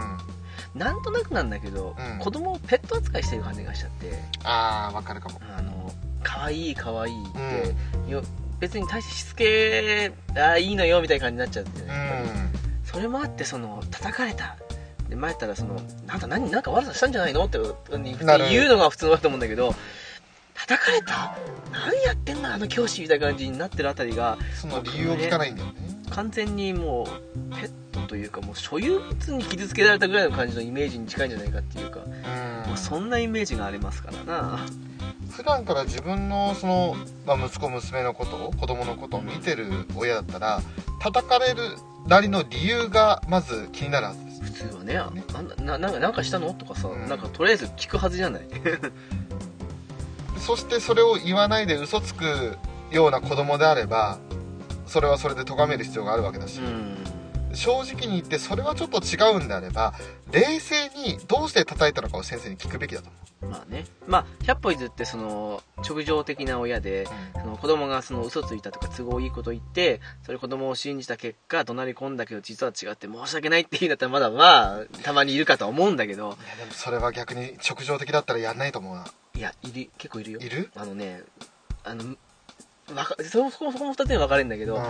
[SPEAKER 2] う、ん
[SPEAKER 1] なんとなくなんだけど、
[SPEAKER 2] うん
[SPEAKER 1] 子供をペット扱いしてる感じがしちゃって
[SPEAKER 2] あーわかるかも
[SPEAKER 1] あの可愛い可愛いって、よ別に対してしつけあーいいのよみたいな感じになっちゃってね、
[SPEAKER 2] う
[SPEAKER 1] やっぱり
[SPEAKER 2] ん
[SPEAKER 1] それもあってその叩かれたで前やったらそのなんだ何なんか悪さしたんじゃないのって普通に
[SPEAKER 2] なる
[SPEAKER 1] 言うのが普通だと思うんだけど叩かれた何やってんだあの教師みたいな感じになってるあたりが
[SPEAKER 2] その理由を聞かないんだよね
[SPEAKER 1] 完全にもうペットというかもう所有物に傷つけられたぐらいの感じのイメージに近いんじゃないかっていうか、
[SPEAKER 2] う
[SPEAKER 1] ま
[SPEAKER 2] ん
[SPEAKER 1] あそんなイメージがありますからな
[SPEAKER 2] 普段から自分のその、まあ、息子娘のことを子供のことを見てる親だったら叩かれるなりの理由がまず気になるはずです
[SPEAKER 1] 普通はねああんなななんかなんかしたのとかさ、
[SPEAKER 2] うん
[SPEAKER 1] なんかとりあえず聞くはずじゃない
[SPEAKER 2] そしてそれを言わないで嘘つくような子供であればそれはそれで咎める必要があるわけだし、
[SPEAKER 1] うん
[SPEAKER 2] 正直に言ってそれはちょっと違うんであれば冷静にどうして叩いたのかを先生に聞くべきだと思
[SPEAKER 1] まあねまあ100歩譲ってその直情的な親で
[SPEAKER 2] う、
[SPEAKER 1] その子供がその嘘ついたとか都合いいこと言ってそれ子供を信じた結果怒鳴り込んだけど実は違って申し訳ないって言うんだったらまだまあたまにいるかとは思うんだけど
[SPEAKER 2] いやでもそれは逆に直情的だったらやんないと思うない
[SPEAKER 1] やいる結構いるよ
[SPEAKER 2] いる
[SPEAKER 1] あのねあのわかそこそこそこも2つに分かれるんだけど、
[SPEAKER 2] うん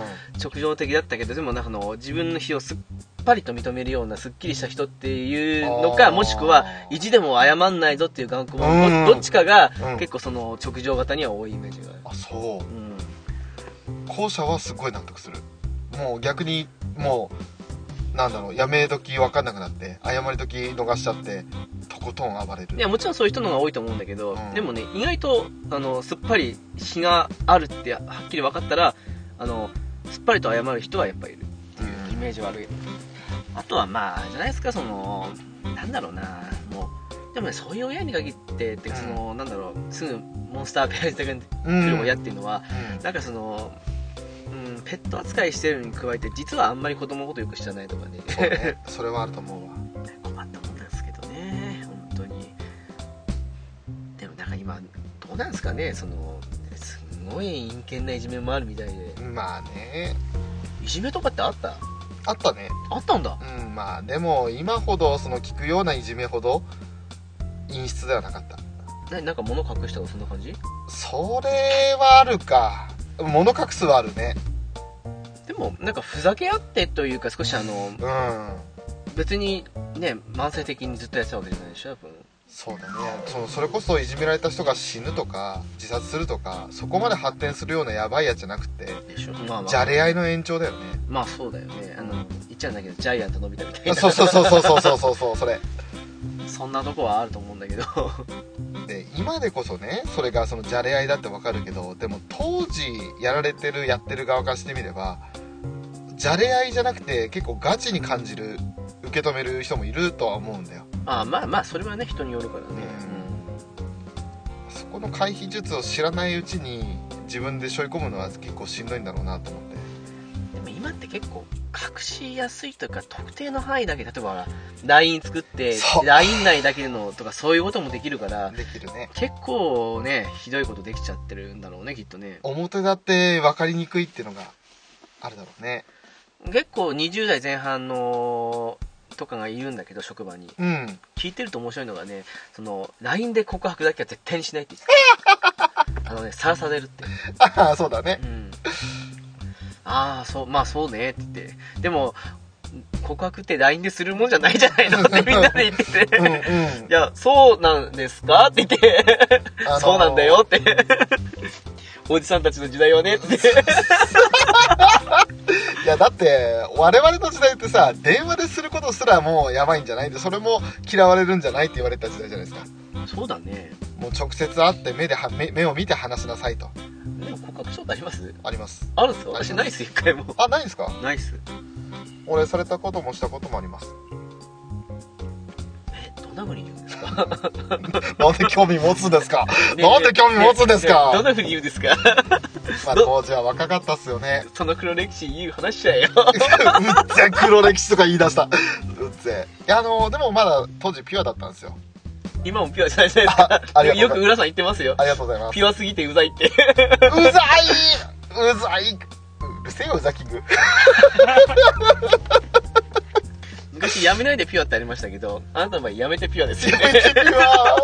[SPEAKER 1] 直情的だったけどでもなんかあの自分の非をすっぱりと認めるようなすっきりした人っていうの
[SPEAKER 2] あ
[SPEAKER 1] か
[SPEAKER 2] ー
[SPEAKER 1] もしくは意地でも謝んないぞっていう眼光
[SPEAKER 2] うん
[SPEAKER 1] のどどっちかが
[SPEAKER 2] うん
[SPEAKER 1] 結構その直情型には多いイメージがある、
[SPEAKER 2] あそう
[SPEAKER 1] うん、
[SPEAKER 2] 後者はすごい納得するもう逆にもうなんだろうやめ時分かんなくなって謝り時逃しちゃってとことん暴れる
[SPEAKER 1] いやもちろんそういう人の方が多いと思うんだけど、
[SPEAKER 2] うん
[SPEAKER 1] でもね意外とあのすっぱり日があるってはっきり分かったらあのすっぱりと謝る人はやっぱいるっていうイメージはあるあとはまあじゃないですかそのなんだろうなもうでもねそういう親に限ってってかその、なんだろうすぐモンスターペアージが
[SPEAKER 2] うん
[SPEAKER 1] 来る親っていうのは、
[SPEAKER 2] うん
[SPEAKER 1] なんかその、うん、ペット扱いしてるのに加えて実はあんまり子供のことよく知らないとかね
[SPEAKER 2] そうねそれはあると思うわ
[SPEAKER 1] 困ったもんですけどね本当にでもなんか今どうなんですかねそのすごい陰険ないじめもあるみたいで
[SPEAKER 2] まあね
[SPEAKER 1] いじめとかってあった
[SPEAKER 2] あったね
[SPEAKER 1] あったんだ
[SPEAKER 2] うんまあでも今ほどその聞くようないじめほど陰湿ではなかった
[SPEAKER 1] ななんか物隠したとかそんな感じ
[SPEAKER 2] それはあるか物隠すはあるね
[SPEAKER 1] でもなんかふざけ合ってというか少しあの
[SPEAKER 2] うん
[SPEAKER 1] 別にね慢性的にずっとやってたわけじゃないでしょ多分
[SPEAKER 2] そうだねそのそれこそいじめられた人が死ぬとか自殺するとかそこまで発展するようなやばいやつじゃなくて
[SPEAKER 1] でしょまあま
[SPEAKER 2] じゃ
[SPEAKER 1] あ
[SPEAKER 2] れ合いの延長だよね
[SPEAKER 1] まあそうだよねあの言っちゃうんだけどジャイアント伸びたみたい
[SPEAKER 2] あ
[SPEAKER 1] な
[SPEAKER 2] そうそうそうそうそうそうそうそうそれ
[SPEAKER 1] そんなとこはあると思うんだけど
[SPEAKER 2] で今でこそねそれがそのじゃれ合いだってわかるけどでも当時やられてるやってる側からしてみればじゃれ合いじゃなくて結構ガチに感じる受け止める人もいるとは思うんだよ
[SPEAKER 1] あまあまあそれはね人によるからね、
[SPEAKER 2] そこの回避術を知らないうちに自分で背負い込むのは結構しんどいんだろうなと思って
[SPEAKER 1] でも今って結構隠しやすいというか特定の範囲だけ例えば LINE 作って
[SPEAKER 2] そう
[SPEAKER 1] LINE 内だけのとかそういうこともできるから
[SPEAKER 2] できるね
[SPEAKER 1] 結構ねひどいことできちゃってるんだろうねきっとね
[SPEAKER 2] 表立って分かりにくいっていうのがあるだろうね
[SPEAKER 1] 結構20代前半のとかがいるんだけど職場に
[SPEAKER 2] うん
[SPEAKER 1] 聞いてると面白いのがねその LINE で告白だけは絶対にしないって言っ てたあのねさらされるって
[SPEAKER 2] あ あそうだね
[SPEAKER 1] うんああそうまあそうねって言ってでも告白って LINE でするもんじゃないじゃないのってみんなで言ってて、
[SPEAKER 2] うんうん
[SPEAKER 1] いやそうなんですかって言って、
[SPEAKER 2] あのー
[SPEAKER 1] そうなんだよっておじさんたちの時代はねって
[SPEAKER 2] いやだって我々の時代ってさ電話ですることすらもうやばいんじゃないでそれも嫌われるんじゃないって言われた時代じゃないですか
[SPEAKER 1] そうだね
[SPEAKER 2] もう直接会って目では目目を見て話しなさいと
[SPEAKER 1] でも告白したことあります
[SPEAKER 2] あります
[SPEAKER 1] あるんですか私ないっす一回も
[SPEAKER 2] あないんですか
[SPEAKER 1] ないっす
[SPEAKER 2] 俺されたこともしたこともあります
[SPEAKER 1] えどんな風に言うんですか
[SPEAKER 2] なんで興味持つんです かなんで興味持つんですか
[SPEAKER 1] どんな風に言うんですか
[SPEAKER 2] まあ
[SPEAKER 1] ど
[SPEAKER 2] 当時は若かったっすよね
[SPEAKER 1] その黒歴史言う話しちゃえよ
[SPEAKER 2] うっぜ黒歴史とか言い出したうっぜいやあのでもまだ当時ピュアだったんですよ
[SPEAKER 1] 今もピュアじゃないじゃないです
[SPEAKER 2] ああ
[SPEAKER 1] か
[SPEAKER 2] りがとう
[SPEAKER 1] よく浦さん言ってますよ
[SPEAKER 2] ありがとうございます
[SPEAKER 1] ピュアすぎてうざいって。
[SPEAKER 2] うざいうざいうるせえようざキング
[SPEAKER 1] 昔やめないでピュアってありましたけど、あなたの場合やめてピュアですよ
[SPEAKER 2] やめ
[SPEAKER 1] ね。
[SPEAKER 2] てくわ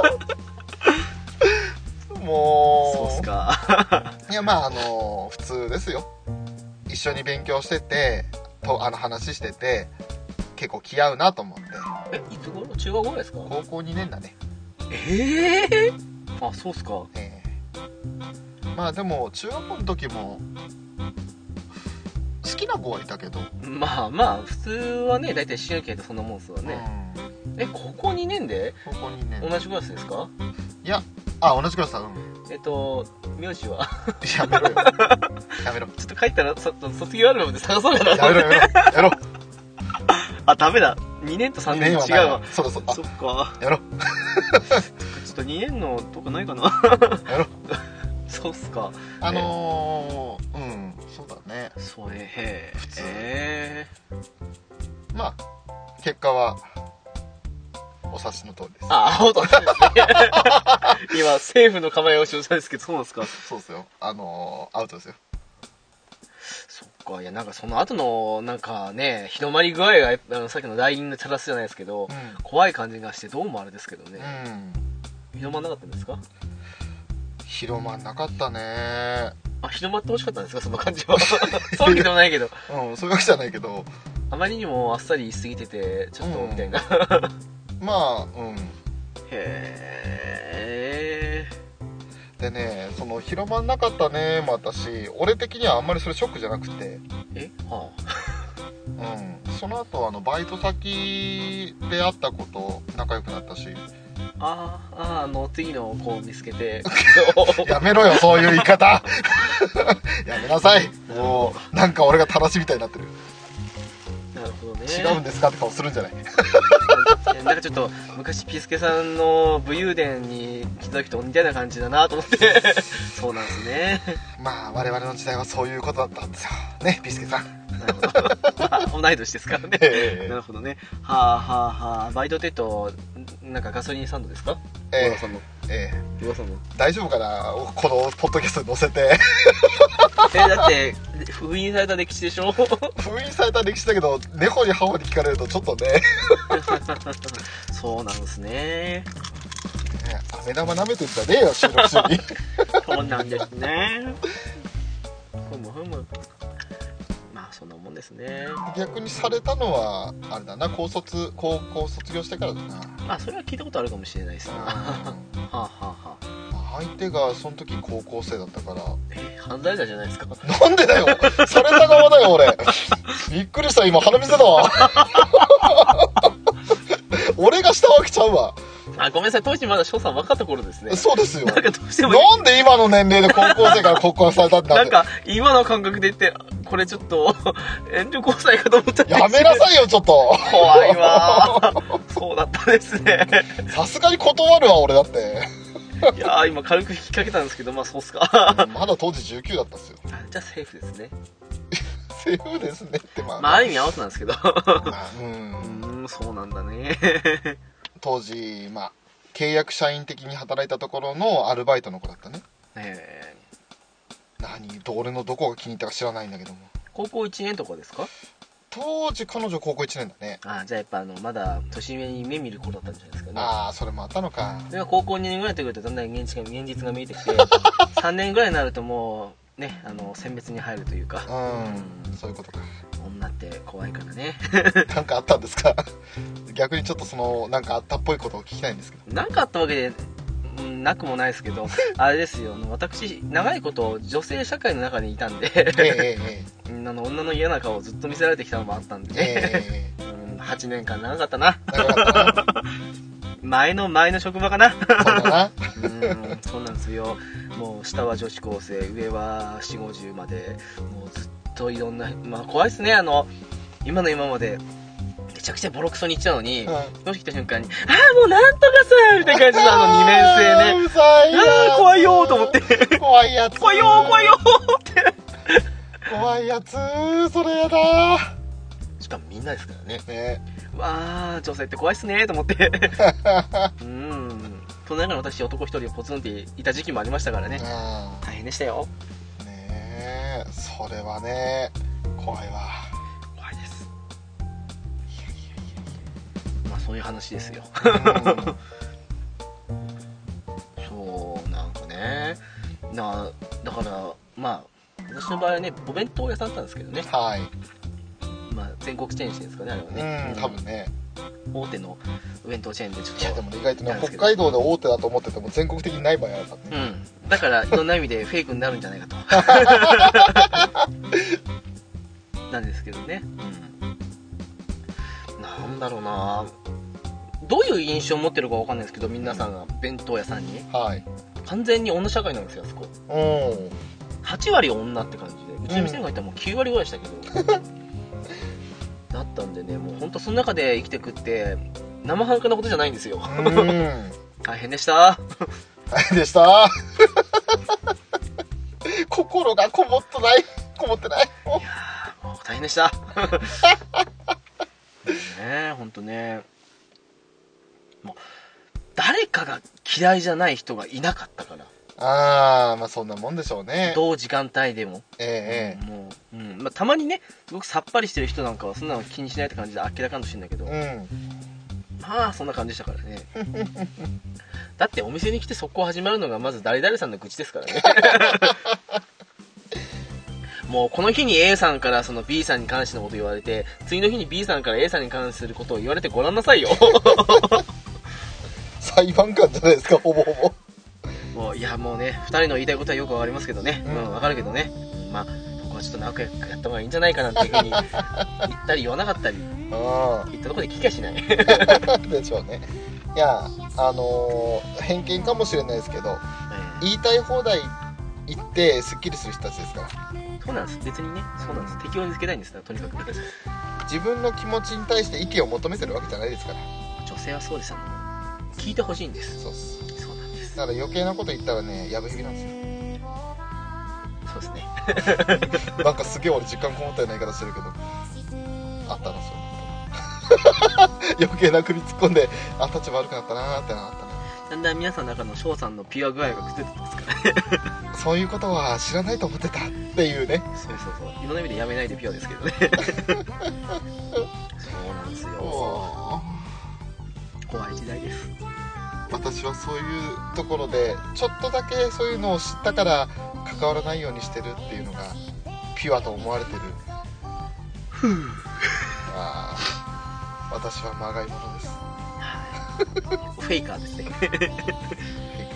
[SPEAKER 2] もう
[SPEAKER 1] そうっすか。
[SPEAKER 2] いやまああの普通ですよ一緒に勉強しててとあの話してて結構気合うなと思って
[SPEAKER 1] え、いつ頃中学頃ですか
[SPEAKER 2] 高校2年だね
[SPEAKER 1] ええあ、そうっすか。
[SPEAKER 2] ええまあでも中学校の時も好きな子はいたけど、
[SPEAKER 1] まあまあ、普通はね、だいたい思春期ってそんなもんっすわね。
[SPEAKER 2] うん
[SPEAKER 1] え、ここ2年で
[SPEAKER 2] 高校2年
[SPEAKER 1] 同じクラスですか
[SPEAKER 2] いやあ同じクラスだうん
[SPEAKER 1] えっと、名字は
[SPEAKER 2] やめ ろよやめろ
[SPEAKER 1] ちょっと帰ったらそ卒業アルバムで探そうかなと
[SPEAKER 2] や
[SPEAKER 1] 思
[SPEAKER 2] めろ
[SPEAKER 1] っ
[SPEAKER 2] や
[SPEAKER 1] て。
[SPEAKER 2] めろやろ
[SPEAKER 1] あ、ダメだ。2年と3年違
[SPEAKER 2] は
[SPEAKER 1] うわ。
[SPEAKER 2] そうだそうだ
[SPEAKER 1] そっか。
[SPEAKER 2] やろう
[SPEAKER 1] ちょっと2年のとかないかな
[SPEAKER 2] やろう
[SPEAKER 1] そうっすか。
[SPEAKER 2] あのー、うんそうだね
[SPEAKER 1] それへ
[SPEAKER 2] 普通
[SPEAKER 1] え
[SPEAKER 2] まあ結果はお察しの通りです
[SPEAKER 1] あ、アウトですね。 今、政府の構えを主張したんですけど、そうなんですか。
[SPEAKER 2] そうですよあのー、アウトですよ
[SPEAKER 1] そっか、いや、なんかその後の、なんかね、広まり具合が、あのさっきの LINE のチャラスじゃないですけど、
[SPEAKER 2] う
[SPEAKER 1] 怖い感じがして、どうもあれですけど
[SPEAKER 2] ん、
[SPEAKER 1] ね。広まんなかったんですか
[SPEAKER 2] 広まんなかったね
[SPEAKER 1] あ、広まってほしかったんですかその感じは。 そういうわけでもないけど、
[SPEAKER 2] うんそういうわけじゃないけど
[SPEAKER 1] あまりにもあっさり言いすぎてて、ちょっと、
[SPEAKER 2] うん
[SPEAKER 1] みたいな。
[SPEAKER 2] まあうん
[SPEAKER 1] へえ。
[SPEAKER 2] でねその広まんなかったねもあったし俺的にはあんまりそれショックじゃなくて
[SPEAKER 1] えはあ。
[SPEAKER 2] うんその後あのバイト先で会ったこと仲良くなったし
[SPEAKER 1] あーあー、あの、次の子を見つけて、
[SPEAKER 2] やめろよそういう言い方 やめなさいもうなんか俺が正しいみたいになってる
[SPEAKER 1] なるほどね。
[SPEAKER 2] 違うんですかって顔するんじゃない
[SPEAKER 1] えなんかちょっと昔ピースケさんの武勇伝に来た時と似たような感じだなと思って そうなんですね
[SPEAKER 2] まあ我々の時代はそういうことだったんですよねビスケさん
[SPEAKER 1] なるほど、まあ、同い年ですから ね
[SPEAKER 2] ええ
[SPEAKER 1] なるほどねはあはあはあバイトテとなんかガソリンサンドですか
[SPEAKER 2] ええ
[SPEAKER 1] 岩田さんの
[SPEAKER 2] ええ
[SPEAKER 1] 岩田さんの
[SPEAKER 2] 大丈夫かなこのポッドキャストに載せて
[SPEAKER 1] えだって封印された歴史でしょ
[SPEAKER 2] 封印された歴史だけど根掘り葉掘り聞かれるとちょっとね
[SPEAKER 1] そうなんですね
[SPEAKER 2] 飴玉舐めてんじゃねえよ収録中 に
[SPEAKER 1] そうなんですねふむふむまあそんなもんですね
[SPEAKER 2] 逆にされたのはあれだな高卒高校卒業してからだな
[SPEAKER 1] まあそれは聞いたことあるかもしれないですね
[SPEAKER 2] うん
[SPEAKER 1] はあ、はあはあ、
[SPEAKER 2] 相手がその時高校生だったから
[SPEAKER 1] え犯罪者じゃないですか
[SPEAKER 2] なんでだよされた側だよ俺びっくりした今鼻水出たわ俺がしたわけちゃうわ
[SPEAKER 1] あごめんなさい当時まだ翔さん若かった頃ですね
[SPEAKER 2] そうです よ
[SPEAKER 1] なんかどうしても
[SPEAKER 2] なんで今の年齢で高校生から告白されたってな
[SPEAKER 1] なんん
[SPEAKER 2] て
[SPEAKER 1] か今の感覚で言ってこれちょっと 遠慮交際かと思ったんです
[SPEAKER 2] やめなさいよちょっと
[SPEAKER 1] 怖いわー そうだったです ね
[SPEAKER 2] さすがに断るわ俺だって
[SPEAKER 1] いやー今軽く引っ掛けたんですけどまあそうっすか
[SPEAKER 2] まだ当時19だったんですよ
[SPEAKER 1] じゃあセーフですね
[SPEAKER 2] セーフですねってまあ、
[SPEAKER 1] まあある意味アウトなんですけど う
[SPEAKER 2] まあうん
[SPEAKER 1] ーんそうなんだね
[SPEAKER 2] 当時まあ契約社員的に働いたところのアルバイトの子だったね
[SPEAKER 1] えー
[SPEAKER 2] 何ど俺のどこが気に入ったか知らないんだけども
[SPEAKER 1] 高校1年とかですか
[SPEAKER 2] 当時彼女高校1年だね
[SPEAKER 1] あじゃあやっぱあのまだ年上に目見る頃だったんじゃないですかね
[SPEAKER 2] ああそれもあったのか
[SPEAKER 1] それが高校2年ぐらいということでだんだん現実が現実が見えてき て3年ぐらいになるともうねあの選別に入るというか
[SPEAKER 2] うんそういうことか
[SPEAKER 1] 女って怖いからね
[SPEAKER 2] なんかあったんですか 逆にちょっとそのなんかあったっぽいことを聞きたいんで すけど
[SPEAKER 1] なんかあったわけで、うん、なくもないですけ どあれですよあの私長いこと女性社会の中にいたんで
[SPEAKER 2] えええ
[SPEAKER 1] みんなの女の嫌な顔をずっと見せられてきたのもあったんで
[SPEAKER 2] えええ
[SPEAKER 1] ね、
[SPEAKER 2] ええ
[SPEAKER 1] うん、8年間長かったな
[SPEAKER 2] え長かった
[SPEAKER 1] 前の前の職場かな
[SPEAKER 2] なそ うだな
[SPEAKER 1] うんそうなんですよもう下は女子高生上は4 5 0までもうずっといろんなまあ怖いっすねあの今の今までめちゃくちゃボロクソに言っちゃうのに、
[SPEAKER 2] うん
[SPEAKER 1] この人来た瞬間に「ああもうなんとかさ!」みたいな感じのあの2年生ね
[SPEAKER 2] あーうざいや
[SPEAKER 1] ああ怖いよーと思って
[SPEAKER 2] て 怖いやつ
[SPEAKER 1] 怖いよー怖いよーって
[SPEAKER 2] 怖いやつーそれやだー
[SPEAKER 1] しかもみんなですからね
[SPEAKER 2] ね
[SPEAKER 1] わあ女性って怖いっすねーと思って うんその中で私男一人をポツンっていた時期もありましたからね
[SPEAKER 2] あ
[SPEAKER 1] 大変でしたよ
[SPEAKER 2] ーねえそれはね怖 いわ
[SPEAKER 1] 怖いですまあそういう話ですよ
[SPEAKER 2] う
[SPEAKER 1] そうなんかねなだからまあ私の場合はねお弁当屋さんだったんですけどね
[SPEAKER 2] ん、はい
[SPEAKER 1] まあ、全国チェーンしてるんですかねあれはね
[SPEAKER 2] うん多分ね
[SPEAKER 1] 大手のお弁当チェーンでちょっ
[SPEAKER 2] いや
[SPEAKER 1] と
[SPEAKER 2] でもね意外とね
[SPEAKER 1] なんです
[SPEAKER 2] 北
[SPEAKER 1] けど
[SPEAKER 2] 海道で大手だと思ってても全国的にない場合あるからね
[SPEAKER 1] うん、だからいろんな意味でフェイクになるんじゃ ないかとなんですけどね、うん、なんだろうなどういう印象を持ってるかわかんないですけど皆さんが弁当屋さんに
[SPEAKER 2] はい
[SPEAKER 1] 完全に女社会なんですよあそこ
[SPEAKER 2] うん
[SPEAKER 1] 8割女って感じでうちの店に入ったらもう9割ぐらいでしたけど、だったんでねもう本当その中で生きてくって生半可なことじゃないんですよ
[SPEAKER 2] うん
[SPEAKER 1] 大変でした
[SPEAKER 2] 大変でした 心がこもってないこもってない
[SPEAKER 1] いやーもう大変でした ねえほんとねもう誰かが嫌いじゃない人がいなかったから
[SPEAKER 2] ああまあそんなもんでしょうね
[SPEAKER 1] 同時間帯でも、
[SPEAKER 2] え
[SPEAKER 1] もう、うんまあ、たまにねすごくさっぱりしてる人なんかはそんなの気にしないって感じであっけらかんとしてんだけど、
[SPEAKER 2] えうん
[SPEAKER 1] まあそんな感じでしたからね だってお店に来て速攻始まるのがまず誰々さんの愚痴ですからね もうこの日に A さんからその B さんに関してのこと言われて次の日に B さんから A さんに関することを言われてごらんなさい よ
[SPEAKER 2] 裁判官じゃないですかほぼほぼ
[SPEAKER 1] もういやもうね2人の言いたいことはよくわかりますけどね
[SPEAKER 2] う
[SPEAKER 1] うんんわ、かるけどねまあ僕はちょっと仲良くやった方がいいんじゃないかなっていうふうに言ったり言わなかったり
[SPEAKER 2] う
[SPEAKER 1] 言ったところで聞きゃ しない
[SPEAKER 2] ん でしょうねいやあのー偏見かもしれないですけど言いたい放題言ってすっきりする人たちですから
[SPEAKER 1] そうなんです別にねそうなんです適応につけたいんですからとにかく私
[SPEAKER 2] 自分の気持ちに対して意見を求めてるわけじゃないですから
[SPEAKER 1] 女性はそうですあの聞いてほしいんです
[SPEAKER 2] そうっす
[SPEAKER 1] そうなんです
[SPEAKER 2] だから余計なこと言ったらねやぶへびなんです
[SPEAKER 1] そ
[SPEAKER 2] よ
[SPEAKER 1] うですね
[SPEAKER 2] なんかすげえ俺実感こもったような言い方してるけどあったなそういうこと 余計な首突っ込んであ立場悪くなったなーってなったね
[SPEAKER 1] だんだん皆さんの中の翔さんのピュア具合が崩れてますからね
[SPEAKER 2] そういうことは知らないと思ってたっていうね
[SPEAKER 1] そうそうそういろんな意味でやめないでピュアですけど ねそうなんですよ怖い時代です
[SPEAKER 2] 私はそういうところでちょっとだけそういうのを知ったから関わらないようにしてるっていうのがピュアと思われてるあー私はまがいものです
[SPEAKER 1] フェイカーですね
[SPEAKER 2] フェイ